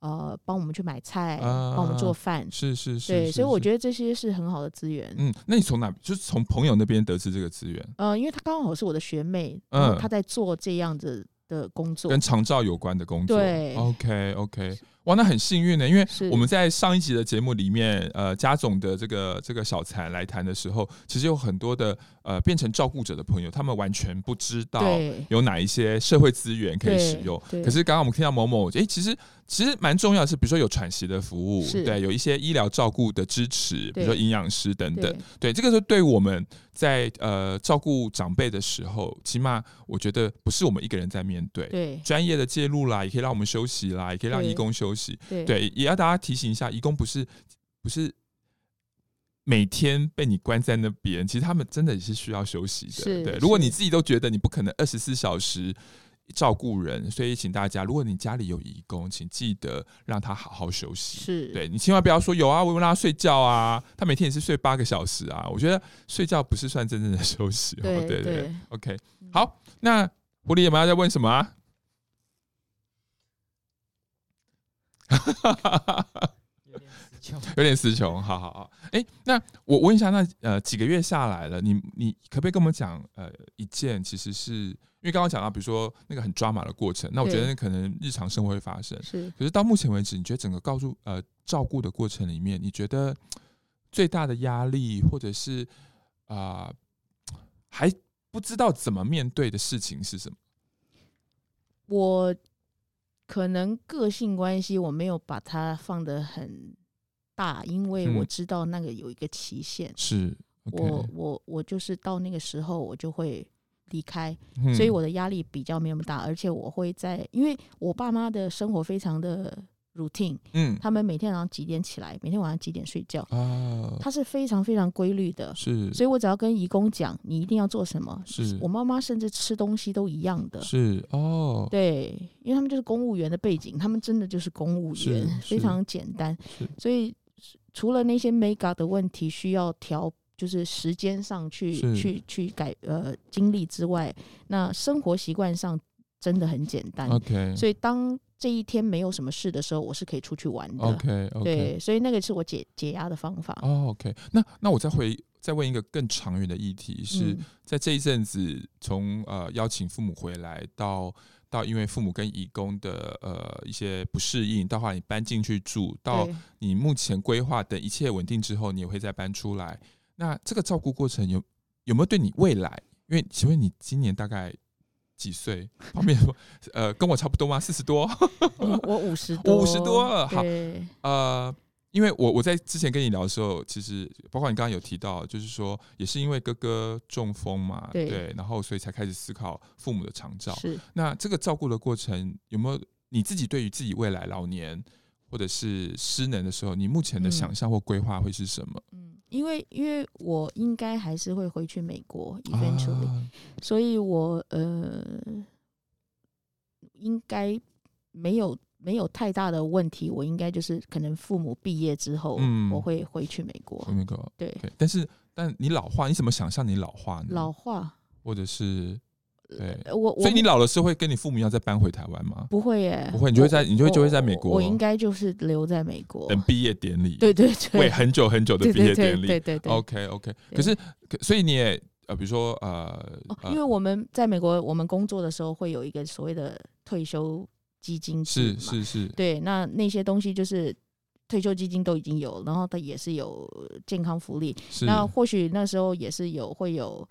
F: 呃，帮我们去买菜，
D: 啊
F: 帮我们做饭。
D: 是是是，
F: 对，
D: 是
F: 所以我
D: 是
F: 觉得这些是很好的资源。
D: 嗯，那你从哪就是从朋友那边得知这个资源，
F: 呃，因为她刚好是我的学妹，
D: 嗯
F: 然后她在做这样子的工作
D: 跟。长照有关的工作。
F: 对
D: ，OK OK，哇，那很幸运呢，因为
F: 是
D: 我们在上一集的节目里面，呃，家总的这个这个小残来谈的时候，其实有很多的呃变成照顾者的朋友，他们完全不知道。
F: 对，
D: 有哪一些社会资源可以使用？
F: 对对
D: 可是刚刚我们听到某某，诶、其实其实蛮重要的是，比如说有喘息的服务，
F: 是
D: 对，有一些医疗照顾的支持，比如说营养师等等对，
F: 对。，
D: 这个是对我们在呃照顾长辈的时候，起码我觉得不是我们一个人在面对，
F: 对，
D: 专业的介入啦，也可以让我们休息啦，也可以让
F: 对
D: 义工休息。
F: 对，
D: 对，也要大家提醒一下，义工不是不是每天被你关在那边，其实他们真的也是需要休息的。
F: 是
D: 对，如果
F: 是
D: 你自己都觉得你不可能二十四小时。照顾人，所以请大家，如果你家里有义工，请记得让他好好休息。
F: 是，
D: 对你千万不要说有啊，我有让他睡觉啊，他每天也是睡八个小时啊。我觉得睡觉不是算真正的休息、哦。
F: 对
D: 对
F: 对
D: o k 好，那狐狸有没有要再问什么、啊？
E: 有点词穷。
D: 有点词穷，好好好。哎、那我问一下，那呃几个月下来了，你你可不可以跟我们讲呃一件其实是因为刚刚讲到，比如说那个很抓马的过程，那我觉得
F: 对
D: 那可能日常生活会发生。
F: 是。
D: 可是到目前为止，你觉得整个告诉呃照顾的过程里面，你觉得最大的压力，或者是啊、还不知道怎么面对的事情是什么？
F: 我可能个性关系，我没有把它放得很大，因为
D: 嗯
F: 我知道那个有一个期限。
D: 是
F: 我我我就是到那个时候，我就会离开，
D: 我
F: 所以我的压力比较没那么大，而且我会在，因为我爸妈的生活非常的 routine，
D: 嗯
F: 他们每天早上几点起来，每天晚上几点睡觉，
D: 啊
F: 他是非常非常规律的。
D: 是
F: 所以我只要跟义工讲，你一定要做什么。
D: 是
F: 我妈妈甚至吃东西都一样的，
D: 是哦
F: 对，因为他们就是公务员的背景，他们真的就是公务员
D: 是，
F: 非
D: 是
F: 常简单
D: 是。
F: 所以除了那些 mega 的问题需要调，就是时间上去
D: 是
F: 去去改呃精力之外，那生活习惯上真的很简单。
D: ，OK，
F: 所以当这一天没有什么事的时候，我是可以出去玩的。
D: OK OK
F: 对，所以那个是我解解压的方法。
D: 哦 OK，那那我再回再问一个更长远的议题是。
F: 嗯
D: 在这一阵子，从呃邀请父母回来到到因为父母跟义工的呃一些不适应，到后来你搬进去住，到
F: 对
D: 你目前规划等一切稳定之后，你也会再搬出来。那这个照顾过程有有没有对你未来？因为请问你今年大概几岁？旁边说呃跟我差不多吗？四十多？
F: 我我
D: [LAUGHS]
F: 五十多，
D: 50多了好
F: 对
D: 呃，因为我我在之前跟你聊的时候，其实包括你刚刚有提到，就是说也是因为哥哥中风嘛，
F: 对
D: 然后所以才开始思考父母的长照。
F: 是。
D: 那这个照顾的过程有没有你自己对于自己未来老年或者是失能的时候，你目前的
F: 嗯
D: 想象或规划会是什么
F: 嗯，因为因为我应该还是会回去美国，eventually，、
D: 啊
F: 所以我呃应该没有没有太大的问题，我应该就是可能父母毕业之后，
D: 嗯
F: 我会回去美国
D: 我。明白
F: 对，
D: 对，，Oh 但是但你老化，你怎么想象你老化呢？
F: 老化，
D: 或者是对，
F: 呃我我
D: 所以你老了是会跟你父母一样再搬回台湾吗？
F: 不会耶，
D: 不会你就会
F: 我
D: 在你就会就会
F: 我
D: 在美国
F: 我应该就是留在美国。
D: 等毕业典礼，
F: 对对
D: 为
F: 对，
D: 很久很久的
F: 对
D: 毕业
F: 对
D: 典
F: 对
D: 礼。哦
F: 对对对。
D: OK OK，
F: 对
D: 可是可所以你也呃，比如说呃，
F: 哦，
D: 呃
F: 因为我们在美国，我们工作的时候会有一个所谓的退休基金制
D: 是
F: 嘛
D: 是是，
F: 对，那那些东西就是退休基金都已经有，然后它也是有健康福利。
D: 是
F: 那或许那时候也是有会有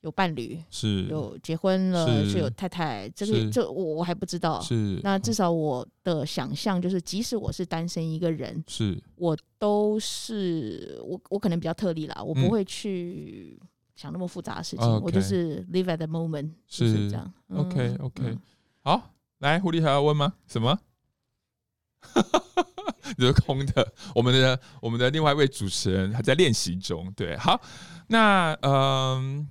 F: 有伴侣，
D: 是
F: 有哦结婚了，
D: 是
F: 是有太太，这
D: 是
F: 个这我我还不知道。
D: 是
F: 那至少我的想象就是，即使我是单身一个人，
D: 是
F: 我都是我我可能比较特例啦，我
D: 嗯
F: 不会去想那么复杂的事情，
D: OK
F: 我就是 live at the moment，就是是这样。嗯
D: OK OK，、
F: 嗯
D: 好，来狐狸还要问吗？什么？ [LAUGHS] 这是空的。我们的我们的另外一位主持人还在练习中。对，好，那嗯，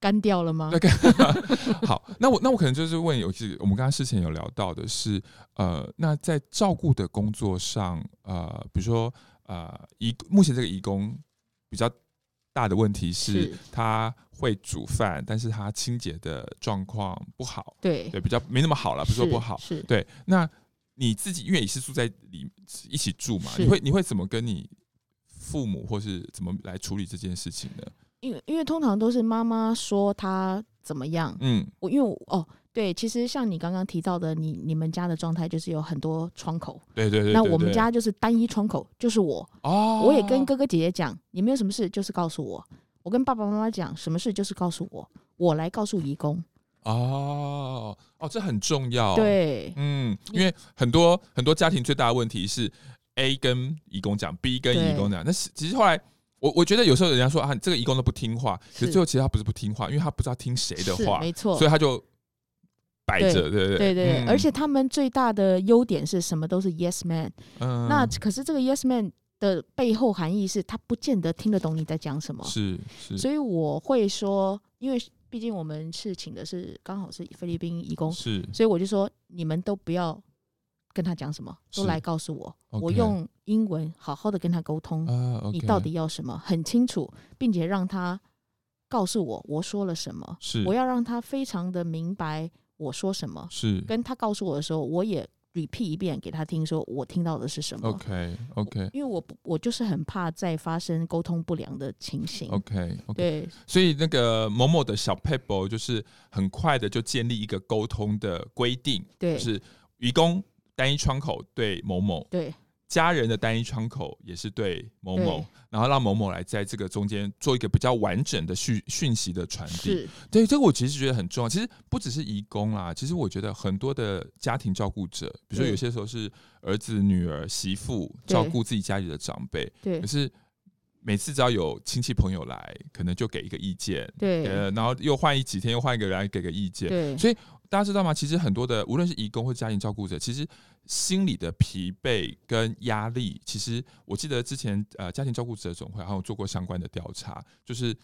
F: 干掉了吗 [LAUGHS]
D: 那？个 [LAUGHS] 好，那我那我可能就是问有一些我们刚刚之前有聊到的是，呃，那在照顾的工作上，呃，比如说呃，移目前这个移工比较大的问题是
F: 是
D: 他会煮饭，但是他清洁的状况不好，
F: 对，
D: 对，比较没那么好了，不是说不好，
F: 是是
D: 对。那你自己因为你是住在里一起住嘛，
F: 是
D: 你会你会怎么跟你父母或是怎么来处理这件事情呢？
F: 因为因为通常都是妈妈说她怎么样，
D: 嗯，
F: 我因为我哦。对，其实像你刚刚提到的，你你们家的状态就是有很多窗口，
D: 对对对
F: 那
D: 对
F: 我们
D: 对
F: 家就是单一窗口，就是我，
D: 哦，
F: 我也跟哥哥姐姐讲，你们有什么事就是告诉我，我跟爸爸妈妈讲什么事就是告诉我，我来告诉义工，
D: 哦哦，这很重要。，
F: 对，
D: 嗯，因为很多很多家庭最大的问题是 A 跟义工讲，B 跟义工讲，那是其实后来。我我觉得有时候人家说啊，你这个义工都不听话，可是
F: 是
D: 最后其实他不是不听话，因为他不知道听谁的
F: 是
D: 话，
F: 没错
D: 所以，他就摆着，对不
F: 对对对，
D: 嗯
F: 而且他们最大的优点是什么？都是 yes man。
D: 嗯
F: 那可是这个 yes man 的背后含义是他不见得听得懂你在讲什么，
D: 是是，
F: 所以我会说，因为毕竟我们是请的是刚好是菲律宾义工，
D: 是
F: 所以我就说你们都不要跟他讲什么，都
D: 是
F: 来告诉我，
D: OK
F: 我用英文好好的跟他沟通，
D: 啊，OK，
F: 你到底要什么，很清楚，并且让他告诉我我说了什么，
D: 是
F: 我要让他非常的明白我说什么，
D: 是
F: 跟他告诉我的时候，我也 repeat 一遍给他听，说我听到的是什么。
D: OK OK
F: 因为我不我就是很怕再发生沟通不良的情形。
D: OK 哦 OK，
F: 对，
D: 所以那个某某的小 paper 就是很快的就建立一个沟通的规定，
F: 对
D: 就是愚公单一窗口对某某，
F: 对，
D: 家人的单一窗口也是对某某
F: 对，
D: 然后让某某来在这个中间做一个比较完整的讯讯息的传递。
F: 是
D: 对，这个我其实觉得很重要。其实不只是移工啦，其实我觉得很多的家庭照顾者，比如说
F: 对
D: 有些时候是儿子、女儿、媳妇
F: 对
D: 照顾自己家里的长辈，
F: 对
D: 可是每次只要有亲戚朋友来，可能就给一个意见，
F: 对
D: 呃，然后又换一几天，又换一个人来给个意见。
F: 对
D: 所以大家知道吗？其实很多的，无论是义工或家庭照顾者，其实心理的疲惫跟压力，其实我记得之前呃家庭照顾者总会还有做过相关的调查，就是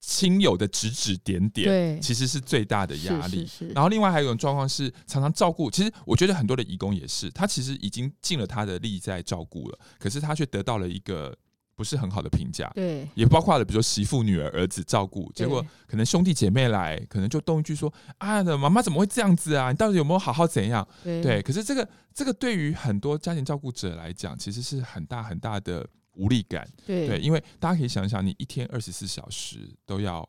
D: 亲友的指指点点，
F: 对，
D: 其实是最大的压力。
F: 是是是
D: 然后另外还有一种状况是，常常照顾，其实我觉得很多的义工也是，他其实已经尽了他的力在照顾了，可是他却得到了一个不是很好的评价。
F: 对
D: 也包括了比如说媳妇、女儿、儿子照顾，结果可能兄弟姐妹来，可能就动一句说：“啊，妈妈怎么会这样子啊？你到底有没有好好怎样？”
F: 对
D: 对，可是这个这个对于很多家庭照顾者来讲，其实是很大很大的无力感。
F: 对
D: 对，因为大家可以想一想，你一天二十四小时都要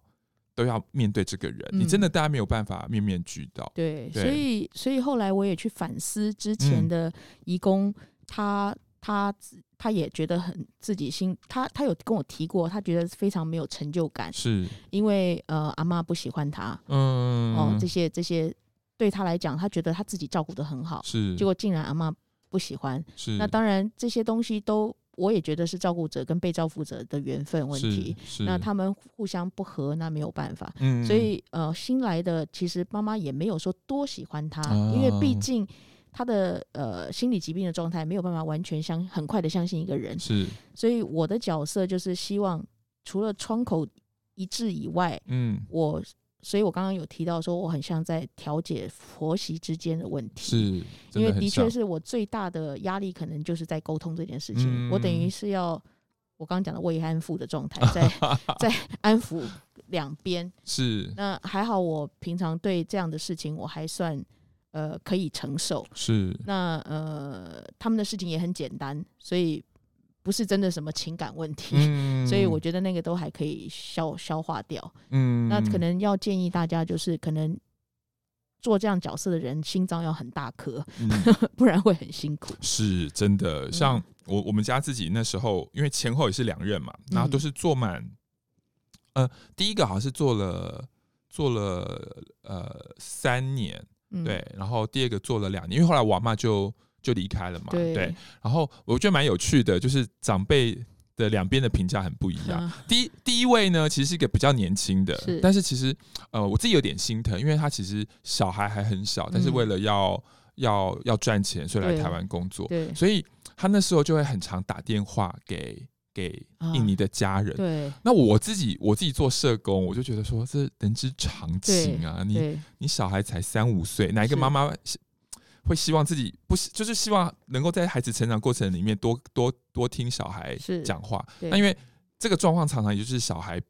D: 都要面对这个人，
F: 嗯
D: 你真的大家没有办法面面俱到。
F: 对，
D: 对
F: 所以所以后来我也去反思之前
D: 嗯
F: 的义工，他他自他也觉得很自己心，他他有跟我提过，他觉得非常没有成就感，
D: 是，
F: 因为呃阿嬷不喜欢他
D: 嗯，
F: 哦，这些这些对他来讲，他觉得他自己照顾的很好，
D: 嗯是，
F: 结果竟然阿嬷不喜欢，
D: 是
F: 那当然这些东西都我也觉得是照顾者跟被照顾者的缘分问题，
D: 是，是
F: 那他们互相不和，那没有办法，
D: 嗯
F: 所以呃，新来的其实妈妈也没有说多喜欢他，因为毕
D: 哦
F: 竟他的呃心理疾病的状态没有办法完全相很快的相信一个人，
D: 是
F: 所以我的角色就是希望除了窗口一致以外，
D: 嗯
F: 我所以我刚刚有提到说我很像在调解婆媳之间的问题，
D: 是，真
F: 嗯因为
D: 很
F: 的
D: 像
F: 确是我最大的压力可能就是在沟通这件事情，我等于
D: 嗯
F: 是要。我刚刚讲的未安抚的状态，在
D: [LAUGHS]
F: 在安抚两边，
D: 是
F: 那还好，我平常对这样的事情我还算呃可以承受。
D: 是
F: 那呃，他们的事情也很简单，所以不是真的什么情感问题，
D: 嗯
F: 所以我觉得那个都还可以消消化掉。
D: 嗯
F: 那可能要建议大家，就是可能做这样角色的人心脏要很大颗， [LAUGHS]
D: 嗯
F: 不然会很辛苦。
D: 是真
F: 嗯
D: 的，像
F: 嗯
D: 我我们家自己那时候，因为前后也是两任嘛，然后都是做满。呃，第一个好像是做了做了呃三年，
F: 嗯，
D: 对，然后第二个做了两年，因为后来我阿妈就就离开了嘛，
F: 对
D: 对，然后我觉得蛮有趣的，就是长辈的两边的评价很不一样。
F: 嗯
D: 第一第一位呢，其实是一个比较年轻的，
F: 是
D: 但是其实呃，我自己有点心疼，因为他其实小孩还很小，但是
F: 嗯
D: 为了要、要要赚钱，所以来
F: 对
D: 台湾工作，
F: 对
D: 所以他那时候就会很常打电话给给印尼的家人。
F: 啊对
D: 那我自己我自己做社工，我就觉得说这人之常情啊，你
F: 对
D: 你小孩才三五岁，哪一个
F: 是
D: 妈妈是会希望自己不是就是希望能够在孩子成长过程里面多多多听小孩
F: 是
D: 讲话？
F: 对
D: 那因为这个状况常常也就是小孩，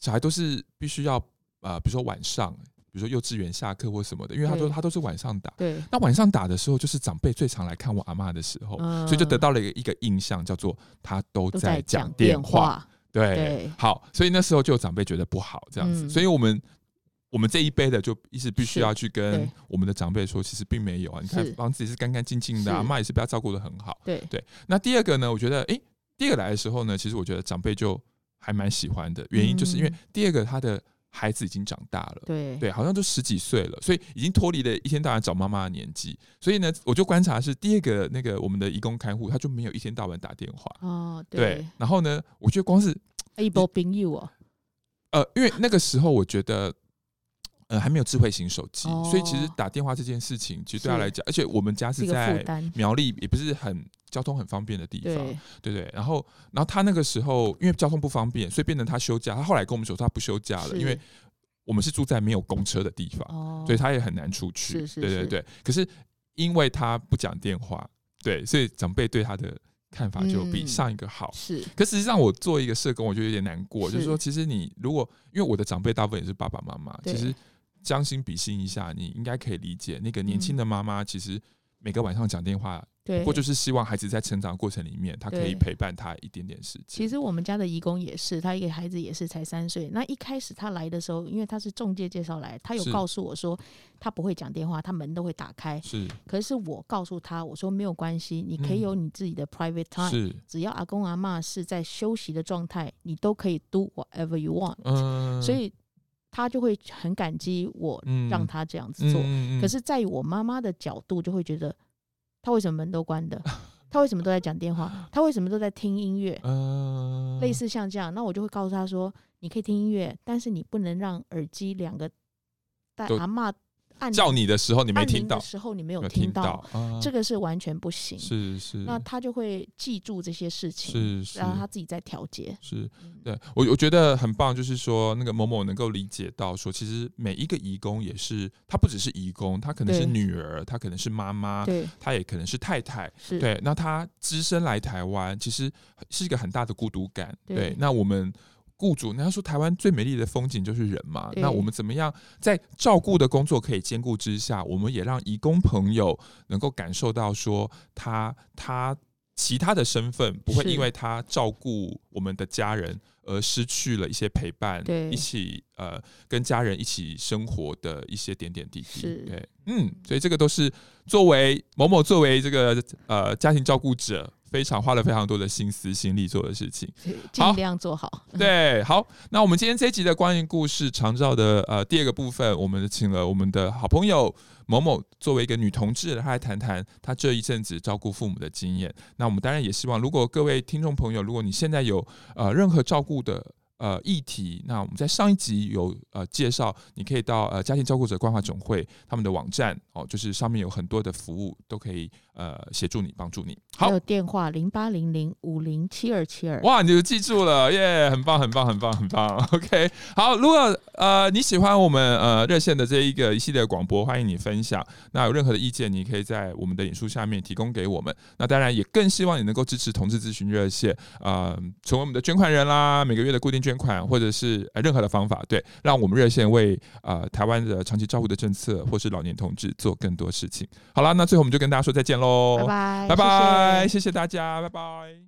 D: 小孩都是必须要呃，比如说晚上，比如说幼稚园下课或什么的，因为他都
F: 对
D: 他都是晚上打。
F: 对，
D: 那晚上打的时候，就是长辈最常来看我阿嬷的时候，
F: 嗯
D: 哦所以就得到了一个一个印象，叫做他都
F: 都
D: 在
F: 在
D: 讲
F: 讲
D: 电
F: 电
D: 话。
F: 话，
D: 对，
F: 对
D: 好，所以那时候就有长辈觉得不好这样子，
F: 嗯
D: 所以我们我们这一辈的就一直必须
F: 是
D: 要去跟
F: 对
D: 我们的长辈说，其实并没有啊，你看
F: 是
D: 帮自己是干干净净的、啊，
F: 是
D: 妈也是被他照顾的很好。
F: 对
D: 对，那第二个呢，我觉得，诶，第二个来的时候呢，其实我觉得长辈就还蛮喜欢的，原因就是因为
F: 嗯
D: 第二个他的孩子已经长大了。
F: 对
D: 对，好像都十几岁了，所以已经脱离了一天到晚找妈妈的年纪。所以呢，我就观察是第二个那个我们的义工看护，他就没有一天到晚打电话。
F: 哦，啊
D: 对，，然后呢，我觉得光是
F: 一波冰友哦，
D: 呃，因为那个时候我觉得，呃，还没有智慧型手机，
F: 哦
D: 所以其实打电话这件事情，其实对他
F: 是
D: 来讲，而且我们家
F: 是
D: 是
F: 一个负
D: 在
F: 担，
D: 苗栗，也不是很交通很方便的地方，
F: 对
D: 对对。然后，然后他那个时候因为交通不方便，所以变成他休假。他后来跟我们说他不休假了，
F: 是
D: 因为我们是住在没有公车的地方，
F: 哦，
D: 所以他也很难出去。
F: 是是
D: 对对
F: 是
D: 对。可是因为他不讲电话，对，所以长辈对他的看法就比
F: 嗯
D: 上一个好。
F: 是
D: 可实际上，我做一个社工，我觉得有点难过，
F: 是
D: 就是说，其实你如果因为我的长辈大部分也是爸爸妈妈，
F: 对
D: 其实将心比心一下，你应该可以理解那个年轻的妈妈，其实每个晚上讲电话，
F: 嗯对
D: 不过就是希望孩子在成长过程里面，他可以
F: 对
D: 陪伴他一点点事情。
F: 其实我们家的义工也是，他一个孩子也是才三岁。那一开始他来的时候，因为他是中介介绍来，他有
D: 是
F: 告诉我说他不会讲电话，他门都会打开。
D: 是
F: 可是我告诉他，我说没有关系，你
D: 嗯
F: 可以有你自己的 private time，、
D: 是，
F: 只要阿公阿嬷是在休息的状态，你都可以 do whatever you want、
D: 嗯，
F: 所以他就会很感激我
D: 嗯
F: 让他这样子做。
D: 嗯嗯嗯
F: 可是，在于我妈妈的角度，就会觉得他为什么门都关
D: [LAUGHS]
F: 的？他为什么都在讲电话？他为什么都在听音乐？
D: 嗯
F: 类似像这样，那我就会告诉他说，你可以听音乐，但是你不能让耳机两个带
D: 都
F: 阿嬷按
D: 叫你的时候你没
F: 按
D: 听
F: 铃的
D: 到，
F: 时候你没有
D: 没有
F: 听
D: 到，啊
F: 这个是完全不行。
D: 是是，
F: 那他就会记住这些事情，
D: 嗯是是
F: 然后他自己再调节。
D: 是
F: 嗯
D: 对我我觉得很棒，就是说那个某某能够理解到说，其实每一个义工也是，他不只是义工，他可能是
F: 对
D: 女儿，他可能是妈妈，
F: 对，
D: 他也可能是太太。
F: 是，
D: 啊对， [LAUGHS] 那他只身来台湾，其实是一个很大的孤独感。
F: 对
D: 对，那我们。雇主，人家说台湾最美丽的风景就是人嘛。
F: 对
D: 那我们怎么样在照顾的工作可以兼顾之下，我们也让义工朋友能够感受到说他他其他的身份不会
F: 是
D: 因为他照顾我们的家人而失去了一些陪伴，
F: 对
D: 一起呃跟家人一起生活的一些点点滴滴
F: 是。
D: 对，嗯，所以这个都是作为某某作为这个呃家庭照顾者，非常花了非常多的心思心力做的事情。
F: 对
D: 好
F: 尽量做好。
D: [LAUGHS] 对，好，那我们今天这一集的关于故事长照的呃第二个部分，我们请了我们的好朋友某某作为一个女同志，她来谈谈她这一阵子照顾父母的经验。那我们当然也希望，如果各位听众朋友，如果你现在有呃任何照顾的。呃，议题，那我们在上一集有呃介绍，你可以到呃家庭照顾者关怀总会他们的网站哦，就是上面有很多的服务都可以呃协助你、帮助你。好
F: 还，有电话零八零零五零七二七二。
D: [LAUGHS] 哇，你就记住了，耶、很棒，很棒，很棒，很棒。OK，好，如果呃你喜欢我们呃热线的这一个一系列广播，欢迎你分享。那有任何的意见，你可以在我们的脸书下面提供给我们。那当然也更希望你能够支持同志咨询热线，呃，成为我们的捐款人啦，每个月的固定捐款，或者是、呃、任何的方法，对，让我们热线为呃台湾的长期照顾的政策或是老年同志做更多事情。好啦，那最后我们就跟大家说再见喽，
F: 拜拜，
D: 哦拜拜
F: 谢谢
D: 谢谢大家，拜拜。